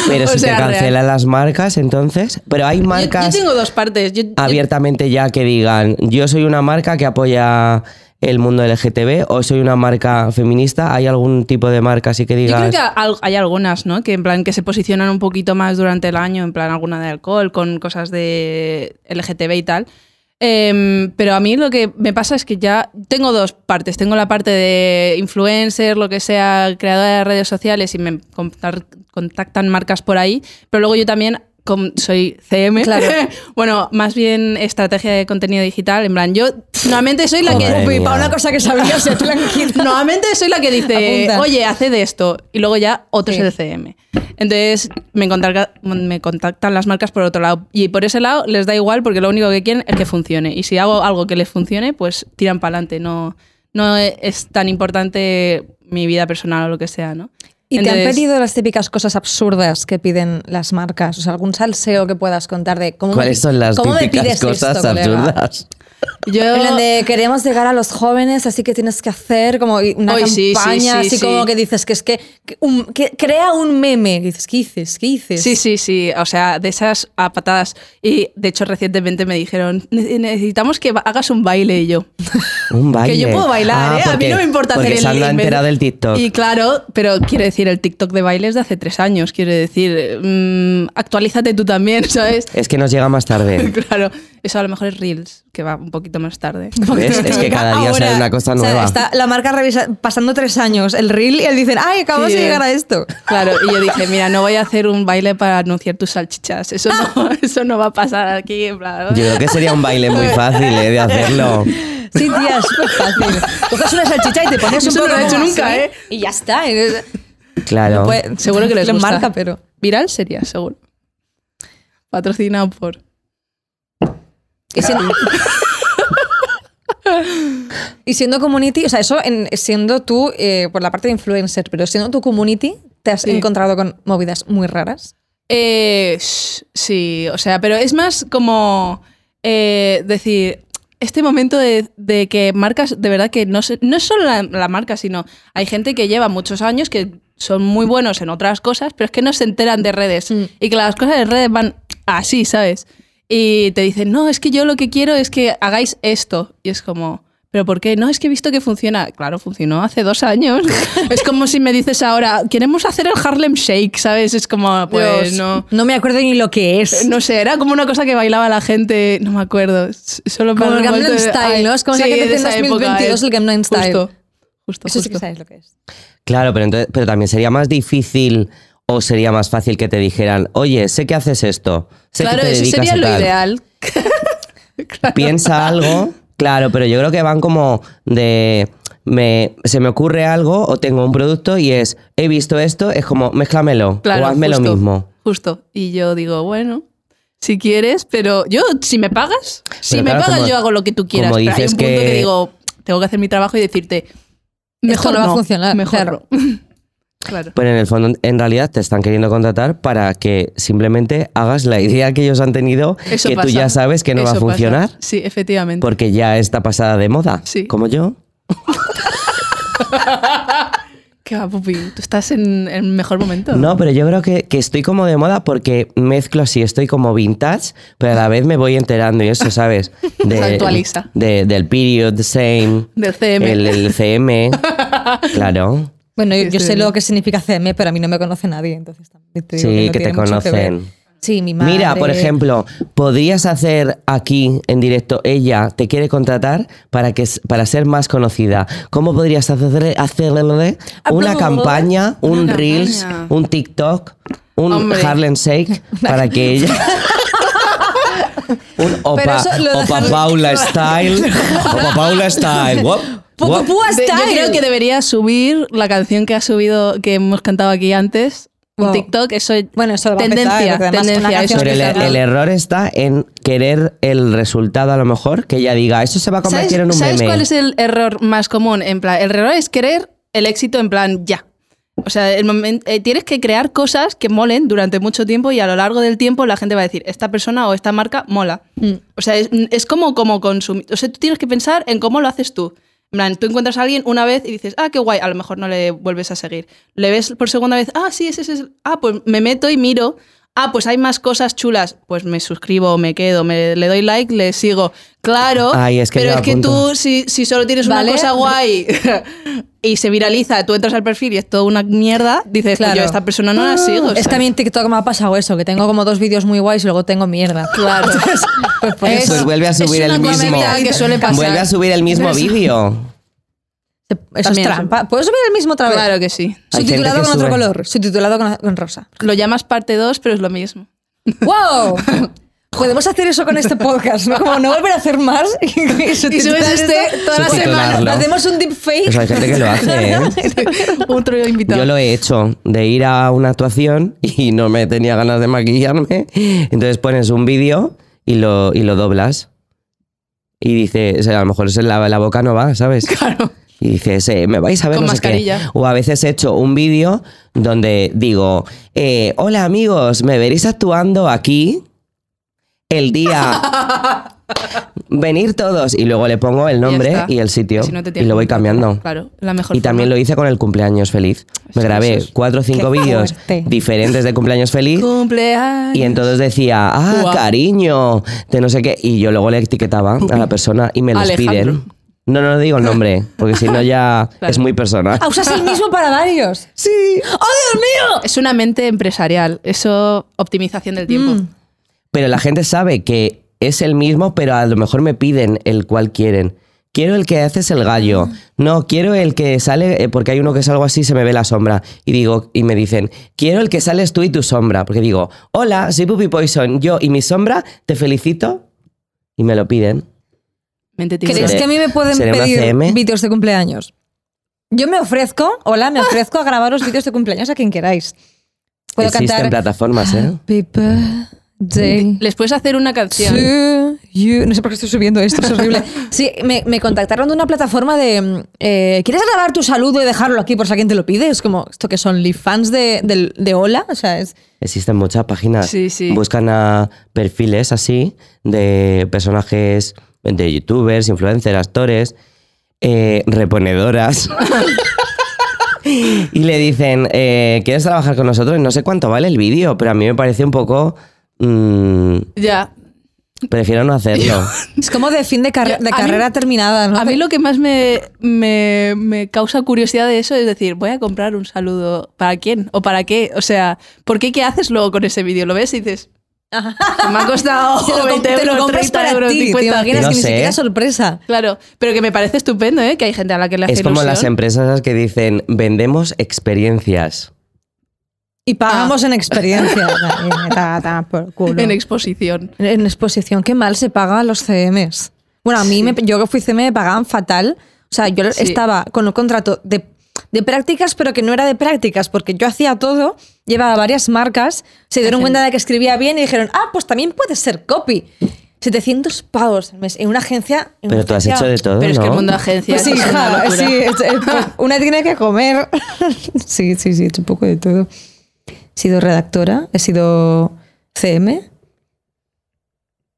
[SPEAKER 2] Pero
[SPEAKER 3] <laughs> O
[SPEAKER 2] si
[SPEAKER 3] sea,
[SPEAKER 2] te
[SPEAKER 3] real.
[SPEAKER 2] cancelan las marcas, entonces. Pero hay
[SPEAKER 3] Yo-
[SPEAKER 2] marcas Ah,
[SPEAKER 3] Yo, tengo dos partes. Yo,
[SPEAKER 2] abiertamente ya que digan, yo soy una marca que apoya el mundo LGTB o soy una marca feminista. ¿Hay algún tipo de marca así que
[SPEAKER 3] Yo
[SPEAKER 2] digas?
[SPEAKER 3] creo que al- hay algunas, ¿no? Que en plan que se posicionan un poquito más durante el año, en plan alguna de alcohol, con cosas de LGTB y tal. Em, pero a mí lo que me pasa es que ya tengo dos partes. Tengo la parte de influencer, lo que sea, creadora de redes sociales y me contar- contactan marcas por ahí. Pero luego yo también com- soy CM.
[SPEAKER 1] Claro.
[SPEAKER 3] <laughs> bueno, más bien estrategia de contenido digital. En plan, yo normalmente soy la que...
[SPEAKER 2] Madre
[SPEAKER 1] Upi, para
[SPEAKER 2] mía.
[SPEAKER 1] una cosa que sabías, se
[SPEAKER 3] Normalmente soy la que dice,
[SPEAKER 1] Apunta.
[SPEAKER 3] oye, hace de esto. Y luego ya otro
[SPEAKER 1] Sí.
[SPEAKER 3] es el CM. Entonces me, contacta- me contactan las marclas por otro lado. Y por ese lado les da igual porque lo único que quieren es que funcione. Y si hago algo que les funcione, pues tiran para adelante. No, no es tan importante mi vida personal o lo que sea, ¿no?
[SPEAKER 1] ¿Y te han
[SPEAKER 3] Entonces,
[SPEAKER 1] pedido las típicas cosas absurdas que piden las marcas? O sea, algún salseo que puedas contar de cómo
[SPEAKER 2] ¿Cuáles
[SPEAKER 1] me,
[SPEAKER 2] son las
[SPEAKER 1] cómo me
[SPEAKER 2] típicas
[SPEAKER 1] pides
[SPEAKER 2] cosas
[SPEAKER 1] esto, colega?
[SPEAKER 2] absurdas?
[SPEAKER 3] Yo,
[SPEAKER 1] En plan de queremos llegar a los jóvenes, así que tienes que hacer como una
[SPEAKER 3] Ay, sí, sí,
[SPEAKER 1] campaña,
[SPEAKER 3] sí,
[SPEAKER 1] así
[SPEAKER 3] sí.
[SPEAKER 1] como que dices que es que, que un- que crea un meme. Y dices, ¿qué dices? ¿Qué dices?
[SPEAKER 3] Sí, sí, sí. O sea, de esas a patadas. Y de hecho, recientemente me dijeron: "Ne- Necesitamos que ba- hagas un baile. Y yo.
[SPEAKER 2] Un baile.
[SPEAKER 3] Que yo puedo bailar,
[SPEAKER 2] Ah,
[SPEAKER 3] ¿eh?
[SPEAKER 2] porque-
[SPEAKER 3] a mí no me importa
[SPEAKER 2] porque
[SPEAKER 3] hacer el
[SPEAKER 2] se han
[SPEAKER 3] el-
[SPEAKER 2] enterado del TikTok.
[SPEAKER 3] Y claro, pero quiero decir, el TikTok de bailes de hace tres años. Quiero decir, eh, mm, actualízate tú también, <laughs> ¿sabes?
[SPEAKER 2] Es que nos llega más
[SPEAKER 3] <laughs>
[SPEAKER 2] tarde.
[SPEAKER 3] claro, eso a lo mejor es Reels, que va un poquito más tarde.
[SPEAKER 2] ¿Ves? Es
[SPEAKER 3] <laughs>
[SPEAKER 2] que cada día
[SPEAKER 1] Ahora,
[SPEAKER 2] sale una cosa
[SPEAKER 1] o sea,
[SPEAKER 2] nueva.
[SPEAKER 1] está la marca revisa- pasando tres años el reel y él dicen, ¡ay, acabamos
[SPEAKER 3] Sí.
[SPEAKER 1] de llegar a esto!
[SPEAKER 3] Claro, y yo dije, mira, no voy a hacer un baile para anunciar tus salchichas. Eso no, <laughs> eso no va a pasar aquí, en plan.
[SPEAKER 2] Yo creo que sería un baile muy fácil ¿eh? de
[SPEAKER 3] <laughs>
[SPEAKER 2] hacerlo.
[SPEAKER 1] Sí, tía, es súper fácil. Coges una salchicha y te pones un
[SPEAKER 3] Eso no
[SPEAKER 1] poco
[SPEAKER 3] lo he hecho
[SPEAKER 1] como
[SPEAKER 3] nunca,
[SPEAKER 1] así,
[SPEAKER 3] ¿eh?
[SPEAKER 1] Y ya está. Es-
[SPEAKER 2] Claro.
[SPEAKER 1] Pues,
[SPEAKER 3] Seguro <laughs> que les
[SPEAKER 1] lo
[SPEAKER 3] gusta.
[SPEAKER 1] marca, pero.
[SPEAKER 3] Viral sería, seguro. Patrocinado por.
[SPEAKER 1] Y
[SPEAKER 3] <laughs>
[SPEAKER 1] siendo, Y siendo community, o sea, eso en- siendo tú eh, por la parte de influencer, pero siendo tu community, te has
[SPEAKER 3] Sí.
[SPEAKER 1] encontrado con movidas muy raras.
[SPEAKER 3] Eh, sh- sí, o sea, pero es más como eh, decir, este momento de, de que marcas, de verdad que no, se- no es solo la, la marca, sino hay gente que lleva muchos años que son muy buenos en otras cosas, pero es que no se enteran de redes
[SPEAKER 1] Mm.
[SPEAKER 3] y que las cosas de redes van así, ¿sabes? Y te dicen, no, es que yo lo que quiero es que hagáis esto. Y es como, ¿Pero por qué? No, es que he visto que funciona. Claro, funcionó hace dos años. es como si me dices ahora, queremos hacer el Harlem Shake, ¿sabes? Es como, pues
[SPEAKER 1] Dios,
[SPEAKER 3] no.
[SPEAKER 1] No me acuerdo ni lo que es.
[SPEAKER 3] <laughs> Eh, No sé, era como una cosa que bailaba la gente, no me acuerdo. s- Solo
[SPEAKER 1] Como
[SPEAKER 3] para
[SPEAKER 1] el Gangnam
[SPEAKER 3] momento de-
[SPEAKER 1] Style,
[SPEAKER 3] ay,
[SPEAKER 1] ¿no? Es como esa que
[SPEAKER 3] de
[SPEAKER 1] dice en
[SPEAKER 3] esa época,
[SPEAKER 1] 2022
[SPEAKER 3] eh.
[SPEAKER 1] el Gangnam Style.
[SPEAKER 3] Justo, justo,
[SPEAKER 1] Pues Eso sí que
[SPEAKER 3] justo.
[SPEAKER 1] sabes lo que es.
[SPEAKER 2] Claro, pero, entonces- pero también sería más difícil o sería más fácil que te dijeran, oye, sé que haces esto, sé
[SPEAKER 3] claro,
[SPEAKER 2] que te
[SPEAKER 3] eso
[SPEAKER 2] dedicas
[SPEAKER 3] sería
[SPEAKER 2] a
[SPEAKER 3] lo
[SPEAKER 2] tal".
[SPEAKER 3] ideal. <laughs> Claro.
[SPEAKER 2] Piensa algo, claro, pero yo creo que van como de... Me, se me ocurre algo o tengo un producto y es, he visto esto, es como, mézclamelo
[SPEAKER 3] Claro,
[SPEAKER 2] o hazme
[SPEAKER 3] justo,
[SPEAKER 2] lo mismo.
[SPEAKER 3] Justo. Y yo digo, bueno, si quieres, pero yo, si me pagas, si
[SPEAKER 2] Pero
[SPEAKER 3] me
[SPEAKER 2] claro,
[SPEAKER 3] pagas,
[SPEAKER 2] como-
[SPEAKER 3] yo hago lo que tú quieras.
[SPEAKER 2] como
[SPEAKER 3] Pero hay un
[SPEAKER 2] dices
[SPEAKER 3] punto que...
[SPEAKER 2] que-
[SPEAKER 3] digo, tengo que hacer mi trabajo y decirte, mejor
[SPEAKER 1] no va a funcionar,
[SPEAKER 3] Mejor
[SPEAKER 1] claro.
[SPEAKER 3] no. <laughs> claro.
[SPEAKER 2] Pero en el fondo, en realidad, te están queriendo contratar para que simplemente hagas la idea que ellos han tenido,
[SPEAKER 3] Eso
[SPEAKER 2] que tú
[SPEAKER 3] pasa.
[SPEAKER 2] ya sabes que no va a
[SPEAKER 3] Eso pasa.
[SPEAKER 2] funcionar,
[SPEAKER 3] Sí, efectivamente.
[SPEAKER 2] porque ya está pasada de moda,
[SPEAKER 3] Sí.
[SPEAKER 2] como yo.
[SPEAKER 3] Qué va, Pupi. Tú estás en el mejor momento.
[SPEAKER 2] No, pero yo creo que, que estoy como de moda porque mezclo así, estoy como vintage, pero a la vez me voy enterando y eso,
[SPEAKER 3] <laughs>
[SPEAKER 2] ¿sabes? De,
[SPEAKER 3] Actualiza.
[SPEAKER 2] de- del period, the same,
[SPEAKER 3] Del CM.
[SPEAKER 1] <laughs>
[SPEAKER 2] el, el
[SPEAKER 3] <laughs>
[SPEAKER 2] CM, claro.
[SPEAKER 1] Bueno, yo,
[SPEAKER 3] Sí,
[SPEAKER 1] yo
[SPEAKER 3] sí.
[SPEAKER 1] sé lo que significa CM, pero a mí no me conoce nadie, entonces también te digo
[SPEAKER 2] Sí,
[SPEAKER 1] no
[SPEAKER 2] que te
[SPEAKER 1] tiene mucho ver.
[SPEAKER 2] conocen.
[SPEAKER 1] sí, mi madre.
[SPEAKER 2] Mira, por ejemplo, podrías hacer aquí en directo, ella te quiere contratar para, que, s- para ser más conocida. ¿Cómo podrías hacerle, hacerle una
[SPEAKER 1] Aplausos.
[SPEAKER 2] campaña, un
[SPEAKER 3] Ah, Una
[SPEAKER 2] Reels,
[SPEAKER 3] campaña.
[SPEAKER 2] un TikTok, un
[SPEAKER 3] Hombre.
[SPEAKER 2] Harlem Shake para que
[SPEAKER 3] <laughs>
[SPEAKER 2] ella... un
[SPEAKER 1] Pero
[SPEAKER 2] Opa,
[SPEAKER 1] eso lo de
[SPEAKER 2] Opa
[SPEAKER 1] Harlem-
[SPEAKER 3] <laughs>
[SPEAKER 2] Paula Style. Opa Paula Style. Wop, wop.
[SPEAKER 1] Pupúa
[SPEAKER 3] De- yo
[SPEAKER 1] Style.
[SPEAKER 3] creo que debería subir la canción que ha subido, que hemos cantado aquí antes,
[SPEAKER 1] Wow.
[SPEAKER 3] un TikTok. Eso,
[SPEAKER 1] Bueno, eso lo va a
[SPEAKER 3] tendencia,
[SPEAKER 1] petar, porque además
[SPEAKER 3] tendencia,
[SPEAKER 1] una
[SPEAKER 3] eso
[SPEAKER 1] canción
[SPEAKER 2] Pero el,
[SPEAKER 1] que
[SPEAKER 3] está-
[SPEAKER 1] sale-
[SPEAKER 2] el error está en querer el resultado a lo mejor, que ella diga, eso se va a
[SPEAKER 3] ¿Sabes,
[SPEAKER 2] convertir en un
[SPEAKER 3] sabes
[SPEAKER 2] meme.
[SPEAKER 3] cuál es el error más común? En plan, el error es querer el éxito en plan ya. O sea, el momen- eh, tienes que crear cosas que molen durante mucho tiempo y a lo largo del tiempo la gente va a decir, esta persona o esta marca mola.
[SPEAKER 2] Mm.
[SPEAKER 3] O sea, es, es como, como consumir. O sea, tú tienes que pensar en cómo lo haces tú. En plan, tú encuentras a alguien una vez y dices, ah, qué guay, a lo mejor no le vuelves a seguir. Le ves por segunda vez, ah, sí, ese es. ese- Ah, pues me meto y miro. Ah, pues hay más cosas chulas. Pues me suscribo, me quedo, me, le doy like, le sigo. Claro,
[SPEAKER 2] Ay, es que
[SPEAKER 3] pero
[SPEAKER 2] yo
[SPEAKER 3] es que
[SPEAKER 2] apunto.
[SPEAKER 3] tú, si, si solo tienes
[SPEAKER 1] Vale.
[SPEAKER 3] una cosa guay <laughs> y se viraliza, tú entras al perfil y es toda una mierda, dices,
[SPEAKER 1] Claro.
[SPEAKER 3] claro. yo a esta persona no la
[SPEAKER 2] Ah,
[SPEAKER 3] sigo.
[SPEAKER 1] Uh,
[SPEAKER 3] o
[SPEAKER 1] Es
[SPEAKER 3] sea.
[SPEAKER 1] que a mí en TikTok me ha pasado eso, que tengo como dos vídeos muy guays y luego tengo mierda. Claro. pues por
[SPEAKER 3] Es-
[SPEAKER 1] eso.
[SPEAKER 2] Pues vuelve a
[SPEAKER 3] es
[SPEAKER 2] subir
[SPEAKER 3] una
[SPEAKER 2] el mismo.
[SPEAKER 3] comedia que suele pasar.
[SPEAKER 2] Vuelve a subir el mismo vídeo.
[SPEAKER 1] Eso es
[SPEAKER 3] También.
[SPEAKER 1] trampa. ¿Puedo subir el mismo otra vez?
[SPEAKER 3] Claro que sí.
[SPEAKER 2] Hay gente
[SPEAKER 1] Subtitulado
[SPEAKER 2] que
[SPEAKER 1] con otro
[SPEAKER 2] sube.
[SPEAKER 1] color, subtitulado con, con rosa.
[SPEAKER 3] Lo llamas parte 2, pero es lo <laughs> mismo.
[SPEAKER 1] ¡Wow! <laughs> Podemos hacer eso con este podcast, ¿no? Como no volver a hacer más y, subtitular
[SPEAKER 3] Y subes este
[SPEAKER 1] esto.
[SPEAKER 3] toda la
[SPEAKER 2] Subtitularlo.
[SPEAKER 3] semana.
[SPEAKER 2] Claro.
[SPEAKER 1] Hacemos un deepfake.
[SPEAKER 2] Eso hay gente que
[SPEAKER 3] <laughs>
[SPEAKER 2] lo hace, ¿eh?
[SPEAKER 3] Otro invitado.
[SPEAKER 2] Yo lo he hecho de ir a una actuación y no me tenía ganas de maquillarme. Entonces pones un vídeo y lo, y lo doblas. Y dices, a lo mejor es la, la boca no va, ¿sabes?
[SPEAKER 3] <laughs> Claro.
[SPEAKER 2] Y dices, eh, me vais a ver
[SPEAKER 3] Con
[SPEAKER 2] no sé qué.
[SPEAKER 3] mascarilla.
[SPEAKER 2] O a veces he hecho un vídeo donde digo, eh, hola amigos, me veréis actuando aquí el día.
[SPEAKER 3] <laughs>
[SPEAKER 2] Venir todos. Y luego le pongo el nombre
[SPEAKER 3] Ya está.
[SPEAKER 2] y el sitio.
[SPEAKER 3] Si no te
[SPEAKER 2] y
[SPEAKER 3] tiene
[SPEAKER 2] lo voy
[SPEAKER 3] que-
[SPEAKER 2] cambiando.
[SPEAKER 3] Claro, la mejor
[SPEAKER 2] Y también lo hice con el cumpleaños feliz. Me
[SPEAKER 3] Sí,
[SPEAKER 2] grabé
[SPEAKER 3] eso es-
[SPEAKER 2] cuatro o cinco
[SPEAKER 1] Qué
[SPEAKER 2] vídeos
[SPEAKER 1] fuerte.
[SPEAKER 2] diferentes de cumpleaños feliz.
[SPEAKER 3] Cumpleaños.
[SPEAKER 2] Y entonces decía, ah,
[SPEAKER 3] Guau.
[SPEAKER 2] cariño, de no sé qué. Y yo luego le etiquetaba a la persona y me los
[SPEAKER 3] Alejandro.
[SPEAKER 2] piden. No, no digo el nombre, porque si no ya
[SPEAKER 3] <laughs> Claro.
[SPEAKER 2] es muy personal.
[SPEAKER 1] <laughs> Ah, usas el mismo para varios.
[SPEAKER 2] Sí.
[SPEAKER 1] ¡Oh, Dios mío!
[SPEAKER 3] Es una mente empresarial. Eso, optimización del tiempo.
[SPEAKER 2] Pero la gente sabe que es el mismo, pero a lo mejor me piden el cual quieren. Quiero el que haces el
[SPEAKER 3] Ah.
[SPEAKER 2] gallo. No, quiero el que sale, eh, porque hay uno que es algo así, se me ve la sombra. Y digo, y me dicen, quiero el que sales tú y tu sombra. Porque digo, hola, soy Puppy Poison, yo y mi sombra, te felicito. Y me lo piden.
[SPEAKER 3] Mente
[SPEAKER 1] ¿Crees
[SPEAKER 2] Seré-
[SPEAKER 1] que a mí me pueden
[SPEAKER 2] seré una
[SPEAKER 1] pedir
[SPEAKER 2] CM?
[SPEAKER 1] vídeos de cumpleaños? Yo me ofrezco, hola,
[SPEAKER 3] <laughs>
[SPEAKER 1] me ofrezco a grabaros vídeos de cumpleaños a quien queráis. Puedo
[SPEAKER 2] Existen
[SPEAKER 1] cantar
[SPEAKER 2] plataformas, ¿eh?
[SPEAKER 3] Ah.
[SPEAKER 1] Happy birthday
[SPEAKER 3] Les puedes hacer una canción.
[SPEAKER 1] to you. No sé por qué estoy subiendo esto, es
[SPEAKER 3] <laughs>
[SPEAKER 1] horrible. Sí, me, me contactaron de una plataforma de. mm, eh, ¿Quieres grabar tu saludo y dejarlo aquí por si alguien te lo pide? Es como, ¿esto que son? ¿Fans de, del- de Hola? O sea, es.
[SPEAKER 2] Existen muchas páginas.
[SPEAKER 3] Sí, sí.
[SPEAKER 2] Buscan a perfiles así de personajes de youtubers, influencers, actores, eh, reponedoras.
[SPEAKER 3] <laughs>
[SPEAKER 2] y le dicen, eh, ¿quieres trabajar con nosotros? No sé cuánto vale el vídeo, pero a mí me parece un poco... mm,
[SPEAKER 3] Ya.
[SPEAKER 2] Prefiero no hacerlo.
[SPEAKER 1] Es como de fin de, carre-
[SPEAKER 3] Yo-
[SPEAKER 1] de
[SPEAKER 3] a mí-
[SPEAKER 1] carrera terminada, ¿no?
[SPEAKER 3] A mí lo que más me, me- me causa curiosidad de eso es decir, voy a comprar un saludo. ¿Para quién? ¿O para qué? O sea, ¿por qué qué haces luego con ese vídeo? ¿Lo ves y dices,
[SPEAKER 1] Ajá.
[SPEAKER 3] me ha
[SPEAKER 1] <laughs>
[SPEAKER 3] costado
[SPEAKER 1] Te lo, com-
[SPEAKER 3] 20
[SPEAKER 1] te lo
[SPEAKER 3] euros,
[SPEAKER 1] compras
[SPEAKER 3] 30
[SPEAKER 1] para
[SPEAKER 3] euros, ¿eh?
[SPEAKER 1] ti, te
[SPEAKER 3] 50?
[SPEAKER 1] imaginas
[SPEAKER 2] No
[SPEAKER 1] que ni
[SPEAKER 2] sé.
[SPEAKER 1] siquiera sorpresa.
[SPEAKER 3] Claro, pero que me parece estupendo, ¿eh? Que hay gente a <laughs> la que le hace
[SPEAKER 2] Es como las
[SPEAKER 3] ilusión.
[SPEAKER 2] empresas las que dicen, vendemos experiencias.
[SPEAKER 1] Y pagamos en
[SPEAKER 3] <laughs>
[SPEAKER 1] experiencia. Ta, ta, por
[SPEAKER 2] em-
[SPEAKER 1] culo.
[SPEAKER 3] Ah. en exposición.
[SPEAKER 1] En exposición, qué mal se paga a los CMs. Bueno, a mí, me- yo que fui CM me pagaban fatal. O sea, yo
[SPEAKER 3] Sí.
[SPEAKER 1] estaba con un contrato de, de prácticas, pero que no era de prácticas, porque yo hacía todo, llevaba varias marcas, se dieron cuenta de que escribía bien y dijeron, ah, pues también puede ser copy. 700 pavos al mes en una agencia. en una
[SPEAKER 2] Pero tú has
[SPEAKER 1] agencia-
[SPEAKER 2] hecho de todo,
[SPEAKER 3] Pero es que el
[SPEAKER 2] ¿no?
[SPEAKER 3] mundo agencia
[SPEAKER 1] Pues sí,
[SPEAKER 3] es una
[SPEAKER 1] hija,
[SPEAKER 3] locura.
[SPEAKER 1] sí, es- es- pues, una tiene que comer. <laughs> Sí, sí, sí, he hecho un poco de todo. He sido redactora, he sido CM,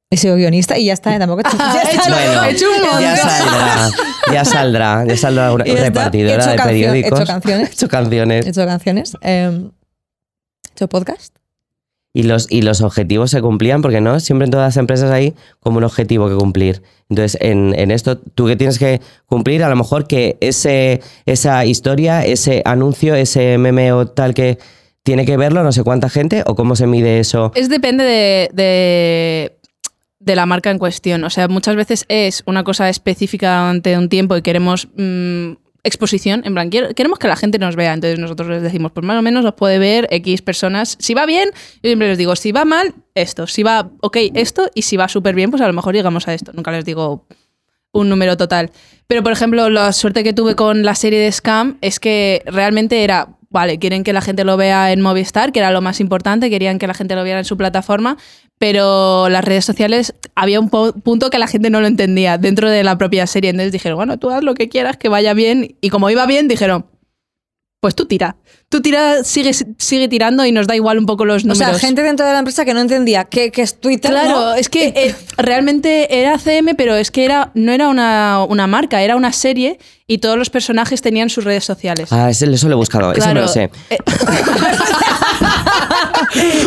[SPEAKER 1] he sido guionista y ya está, ¿eh?
[SPEAKER 3] <laughs>
[SPEAKER 1] tampoco he hecho, ya
[SPEAKER 3] he
[SPEAKER 1] está,
[SPEAKER 3] hecho-
[SPEAKER 1] ¿no?
[SPEAKER 3] he hecho un montón.
[SPEAKER 2] ya <laughs> saldrá, ya saldrá, ya saldrá una
[SPEAKER 1] Y ya está, he
[SPEAKER 2] repartidora
[SPEAKER 1] hecho
[SPEAKER 2] de
[SPEAKER 1] cancio- he
[SPEAKER 2] periódicos.
[SPEAKER 1] hecho canciones.
[SPEAKER 2] He hecho
[SPEAKER 1] He
[SPEAKER 2] canciones.
[SPEAKER 1] hecho canciones, eh, he hecho podcast.
[SPEAKER 2] Y los, y los objetivos se cumplían, porque no, siempre en todas las empresas hay como un objetivo que cumplir. Entonces, en, en esto, tú que tienes que cumplir, a lo mejor que ese, esa historia, ese anuncio, ese meme o tal que tiene que verlo, no sé cuánta gente, o cómo se mide eso.
[SPEAKER 3] Es depende de, de- de la marca en cuestión. O sea, muchas veces es una cosa específica durante un tiempo y queremos mm, exposición. En plan, quiero- queremos que la gente nos vea. Entonces nosotros les decimos, pues más o menos os puede ver X personas. Si va bien, yo siempre les digo, si va mal, esto. Si va ok, esto. Y si va súper bien, pues a lo mejor llegamos a esto. Nunca les digo un número total. Pero, por ejemplo, la suerte que tuve con la serie de Scam es que realmente era, vale, quieren que la gente lo vea en Movistar, que era lo más importante, querían que la gente lo viera en su plataforma, pero las redes sociales había un po- punto que la gente no lo entendía dentro de la propia serie. Entonces dijeron, bueno, tú haz lo que quieras, que vaya bien. Y como iba bien, dijeron... Pues tú tira, tú tira, sigue, sigue tirando y nos da igual un poco los
[SPEAKER 1] O
[SPEAKER 3] números.
[SPEAKER 1] sea, gente dentro de la empresa que no entendía que, que es Twitter.
[SPEAKER 3] Claro,
[SPEAKER 1] ¿no?
[SPEAKER 3] es que eh, realmente era CM, pero es que era, no era una, una marca, era una serie y todos los personajes tenían sus redes sociales.
[SPEAKER 2] Ah, ese- eso lo he buscado, eso no
[SPEAKER 3] Claro,
[SPEAKER 2] lo sé.
[SPEAKER 3] eh,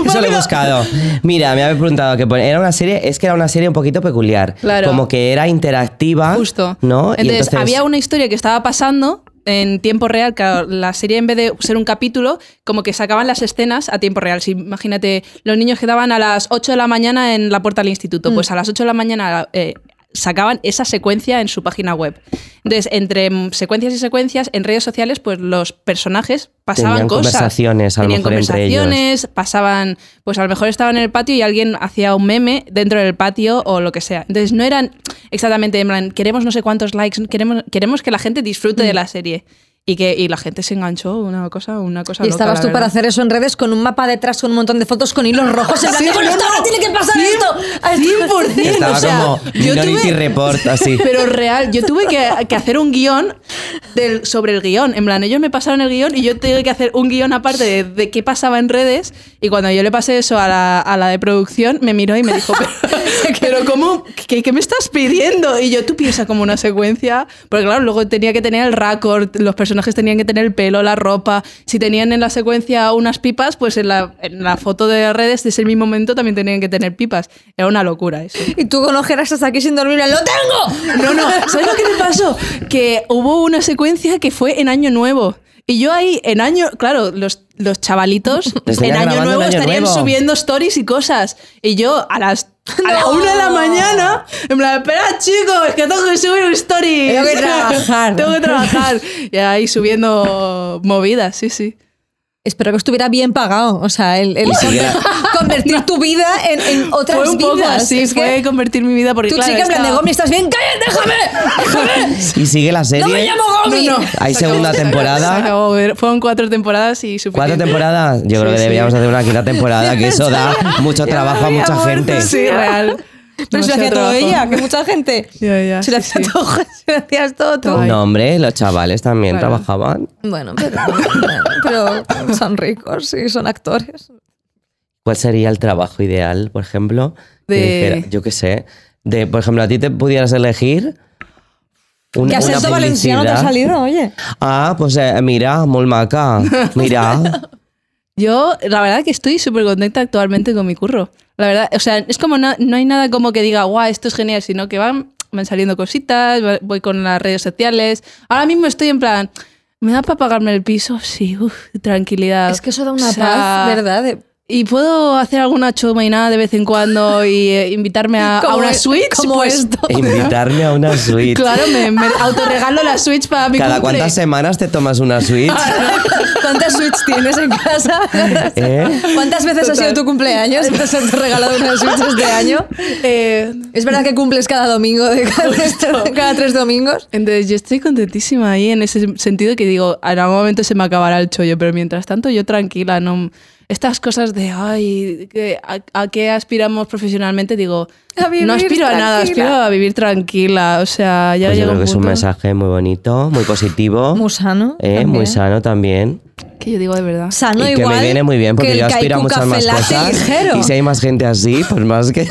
[SPEAKER 2] Eso lo he buscado. Mira, me había preguntado que pon- era una serie, es que era una serie un poquito peculiar.
[SPEAKER 3] Claro.
[SPEAKER 2] Como que era interactiva.
[SPEAKER 3] Justo.
[SPEAKER 2] ¿No? Y
[SPEAKER 3] Entonces, había una historia que estaba pasando en tiempo real, que la serie en vez de ser un capítulo, como que sacaban las escenas a tiempo real. Si, imagínate, los niños quedaban a las 8 de la mañana en la puerta del instituto,
[SPEAKER 2] Mm.
[SPEAKER 3] pues a las 8 de la mañana eh, sacaban esa secuencia en su página web. Entonces, entre mm, secuencias y secuencias, en redes sociales, pues los personajes pasaban
[SPEAKER 2] Tenían
[SPEAKER 3] cosas.
[SPEAKER 2] conversaciones, a lo
[SPEAKER 3] Tenían
[SPEAKER 2] mejor, entre ellos.
[SPEAKER 3] conversaciones, veces pasaban, pues a lo mejor estaban en el patio y alguien hacía un meme dentro del patio o lo que sea. Entonces no eran exactamente en plan, queremos no sé cuántos likes, queremos, queremos que la gente disfrute de la serie. Y que y la gente se enganchó una cosa, una cosa.
[SPEAKER 1] Y
[SPEAKER 3] loca,
[SPEAKER 1] estabas
[SPEAKER 3] la
[SPEAKER 1] tú para
[SPEAKER 3] verdad.
[SPEAKER 1] hacer eso en redes con un mapa detrás con un montón de fotos con hilos rojos. En plan,
[SPEAKER 3] Sí,
[SPEAKER 1] "Con
[SPEAKER 3] no,
[SPEAKER 1] esto
[SPEAKER 3] no.
[SPEAKER 1] ahora tiene que pasar esto! ¡Al 100%!
[SPEAKER 2] Estaba
[SPEAKER 3] o sea,
[SPEAKER 2] como
[SPEAKER 3] yo
[SPEAKER 2] Minority
[SPEAKER 3] tuve-
[SPEAKER 2] Report, así.
[SPEAKER 3] <laughs> Pero real, yo tuve que, que hacer un guión del, sobre el guión. En plan, ellos me pasaron el guión y yo tuve que hacer un guión aparte de, de qué pasaba en redes. Y cuando yo le pasé eso a la, a la de producción, me miró y me dijo, pero, <laughs> pero ¿cómo? ¿Qué, qué me estás pidiendo? Y yo, tú piensas como una secuencia. Porque claro, luego tenía que tener el raccord, los personajes tenían que tener el pelo, la ropa. Si tenían en la secuencia unas pipas, pues en la, en la foto de redes de ese mismo momento también tenían que tener pipas. Era una locura eso.
[SPEAKER 1] <laughs> Y tú con ojeras hasta aquí sin dormir, en plan, ¡lo tengo!
[SPEAKER 3] No, no, ¿sabes lo que me pasó? Que hubo una secuencia que fue en Año Nuevo. Y yo ahí, en año, claro, los, los chavalitos
[SPEAKER 2] Estarían
[SPEAKER 3] en año
[SPEAKER 2] grabando
[SPEAKER 3] nuevo
[SPEAKER 2] en Año
[SPEAKER 3] estarían
[SPEAKER 2] Nuevo.
[SPEAKER 3] subiendo stories y cosas. Y yo a las <laughs> a la una de la mañana, en plan, espera chicos, es que tengo que subir un story.
[SPEAKER 1] Tengo que trabajar.
[SPEAKER 3] <laughs> tengo que trabajar. Y ahí subiendo movidas, sí, sí.
[SPEAKER 1] Espero que estuviera bien pagado. O sea, el, el
[SPEAKER 2] Y siquiera-
[SPEAKER 1] conver-
[SPEAKER 3] <laughs>
[SPEAKER 1] convertir tu vida en, en otras
[SPEAKER 3] Fue un
[SPEAKER 1] vidas.
[SPEAKER 3] poco así,
[SPEAKER 1] Es
[SPEAKER 3] fue
[SPEAKER 1] que
[SPEAKER 3] convertir mi vida porque
[SPEAKER 1] Tú
[SPEAKER 3] claro,
[SPEAKER 1] chica en plan de
[SPEAKER 3] estaba-
[SPEAKER 1] Gomi, ¿estás bien? ¡Cállate, déjame!
[SPEAKER 2] Y sigue la serie.
[SPEAKER 1] ¡No me llamo Gomi!
[SPEAKER 3] No, no.
[SPEAKER 2] Hay
[SPEAKER 3] Se
[SPEAKER 1] <laughs>
[SPEAKER 3] acabó,
[SPEAKER 2] segunda
[SPEAKER 3] se acabó,
[SPEAKER 2] temporada.
[SPEAKER 3] se acabó. Fueron cuatro temporadas y
[SPEAKER 2] ¿Cuatro
[SPEAKER 3] suficiente.
[SPEAKER 2] temporadas? Yo creo
[SPEAKER 3] Sí,
[SPEAKER 2] que
[SPEAKER 3] sí.
[SPEAKER 2] deberíamos hacer una quinta temporada, que eso
[SPEAKER 3] <laughs>
[SPEAKER 2] da mucho trabajo a
[SPEAKER 3] Ay,
[SPEAKER 2] mucha
[SPEAKER 3] amor,
[SPEAKER 2] gente.
[SPEAKER 3] Sí, real.
[SPEAKER 1] Pero si lo hacía todo ella, que mucha gente.
[SPEAKER 3] Ya, ya,
[SPEAKER 1] Si lo
[SPEAKER 3] <laughs> sí,
[SPEAKER 1] hacía
[SPEAKER 3] sí.
[SPEAKER 1] todo, <laughs> si lo hacías todo tú.
[SPEAKER 3] Ay.
[SPEAKER 2] No, hombre, los chavales también
[SPEAKER 3] Claro.
[SPEAKER 2] trabajaban.
[SPEAKER 1] Bueno, pero, pero son ricos y son actores.
[SPEAKER 2] ¿Cuál sería el trabajo ideal, por ejemplo? que
[SPEAKER 3] De-
[SPEAKER 2] dijera- yo qué sé. De, por ejemplo, a ti te pudieras elegir. un-
[SPEAKER 1] ¿Qué acento valenciano te ha
[SPEAKER 2] publicidad.
[SPEAKER 1] salido, oye? <laughs>
[SPEAKER 2] Ah, pues eh, mira, molt maca. Mira.
[SPEAKER 3] Yo, la verdad que estoy súper contenta actualmente con mi curro. La verdad, o sea, es como no, no hay nada como que diga, guau, esto es genial, sino que van, van saliendo cositas, va- voy con las redes sociales. Ahora mismo estoy en plan, ¿me da para pagarme el piso? Sí, uff, tranquilidad.
[SPEAKER 1] Es que eso da una
[SPEAKER 3] O sea,
[SPEAKER 1] paz, ¿verdad? De-
[SPEAKER 3] Y puedo hacer alguna chumainada de vez en cuando y eh, invitarme a, a
[SPEAKER 1] Como
[SPEAKER 3] una
[SPEAKER 1] e-
[SPEAKER 3] Switch.
[SPEAKER 1] como
[SPEAKER 3] pues,
[SPEAKER 1] esto.
[SPEAKER 2] Invitarme a una suite.
[SPEAKER 3] Claro, me,
[SPEAKER 2] <laughs>
[SPEAKER 3] me autorregalo la Switch para mi
[SPEAKER 2] ¿Cada
[SPEAKER 3] cumple.
[SPEAKER 2] cuántas semanas te tomas una suite?
[SPEAKER 1] Ah,
[SPEAKER 2] Pues
[SPEAKER 1] ¿Cuántas Switch tienes en casa?
[SPEAKER 2] ¿Eh?
[SPEAKER 1] ¿Cuántas veces ha
[SPEAKER 3] Total.
[SPEAKER 1] sido tu cumpleaños? ¿Te has regalado una Switch este año?
[SPEAKER 3] Eh,
[SPEAKER 1] ¿Es verdad que cumples cada domingo, de cada, tres, cada tres domingos?
[SPEAKER 3] Entonces yo estoy contentísima ahí en ese sentido que digo, en algún momento se me acabará el chollo, pero mientras tanto yo tranquila, no estas cosas de ay, que- a, a qué aspiramos profesionalmente? Digo,
[SPEAKER 1] A vivir
[SPEAKER 3] no aspiro a nada,
[SPEAKER 1] tranquila.
[SPEAKER 3] aspiro a vivir tranquila, o sea, ya
[SPEAKER 2] Pues yo
[SPEAKER 3] llega
[SPEAKER 2] creo
[SPEAKER 3] un
[SPEAKER 2] que es un
[SPEAKER 3] punto
[SPEAKER 2] mensaje muy bonito, muy positivo.
[SPEAKER 1] Muy sano,
[SPEAKER 2] Eh,
[SPEAKER 1] también.
[SPEAKER 2] muy sano también.
[SPEAKER 3] que yo digo de verdad.
[SPEAKER 1] Sano
[SPEAKER 2] y que
[SPEAKER 1] igual
[SPEAKER 2] me viene muy bien porque
[SPEAKER 1] que el
[SPEAKER 2] yo aspiro a
[SPEAKER 1] Kaiku
[SPEAKER 2] muchas más
[SPEAKER 1] Café Latte
[SPEAKER 2] cosas.
[SPEAKER 1] ligero.
[SPEAKER 2] Y si hay más gente así, pues más
[SPEAKER 1] <laughs>
[SPEAKER 2] que.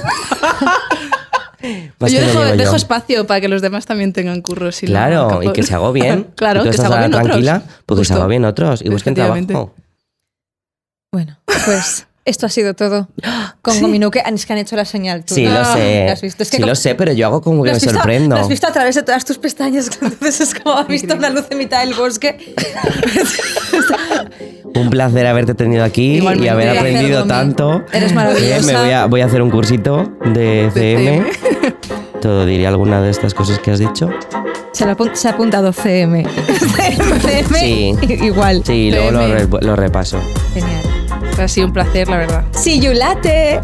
[SPEAKER 2] más
[SPEAKER 3] yo
[SPEAKER 2] que lo
[SPEAKER 3] dejo,
[SPEAKER 2] digo
[SPEAKER 3] dejo
[SPEAKER 2] yo.
[SPEAKER 3] espacio para que los demás también tengan curros. y no-
[SPEAKER 2] Claro,
[SPEAKER 3] tampoco-
[SPEAKER 2] y
[SPEAKER 1] <laughs>
[SPEAKER 2] que se hago bien.
[SPEAKER 3] <laughs> claro,
[SPEAKER 2] y tú
[SPEAKER 3] que se
[SPEAKER 2] estás
[SPEAKER 3] hago bien
[SPEAKER 2] tranquila, porque se
[SPEAKER 3] Justo.
[SPEAKER 2] hago bien otros y busquen
[SPEAKER 3] Efectivamente.
[SPEAKER 2] trabajo.
[SPEAKER 1] Bueno, pues esto ha sido todo. <gasps> Con Gominoke es que han hecho la señal. tú.
[SPEAKER 2] Sí, lo
[SPEAKER 1] Ah,
[SPEAKER 2] sé.
[SPEAKER 1] ¿la has visto? Es que
[SPEAKER 2] sí,
[SPEAKER 1] como-
[SPEAKER 2] lo sé, pero yo hago como que
[SPEAKER 1] ¿la
[SPEAKER 2] me
[SPEAKER 1] has visto?
[SPEAKER 2] sorprendo.
[SPEAKER 1] ¿La has visto a través de todas tus pestañas? <laughs> Entonces es como has visto una luz en mitad del bosque.
[SPEAKER 2] Un placer haberte tenido aquí
[SPEAKER 3] Igualmente.
[SPEAKER 2] y haber
[SPEAKER 1] Placer,
[SPEAKER 2] aprendido
[SPEAKER 1] Gomi.
[SPEAKER 2] tanto. <laughs>
[SPEAKER 1] Eres maravillosa.
[SPEAKER 2] Eh, me voy, a, voy a hacer un cursito de CM. Todo diré alguna de estas cosas que has dicho.
[SPEAKER 1] Se, la apun- se ha apuntado <laughs> CM. CM
[SPEAKER 2] Sí.
[SPEAKER 1] igual.
[SPEAKER 2] Sí, luego lo,
[SPEAKER 3] CM.
[SPEAKER 2] re-
[SPEAKER 1] <laughs>
[SPEAKER 2] lo repaso.
[SPEAKER 1] Genial.
[SPEAKER 3] Ha sido un placer, la verdad.
[SPEAKER 1] Si Yulate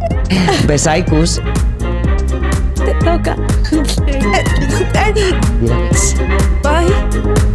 [SPEAKER 2] Besaikus.
[SPEAKER 1] te toca.
[SPEAKER 2] Yes.
[SPEAKER 1] Bye.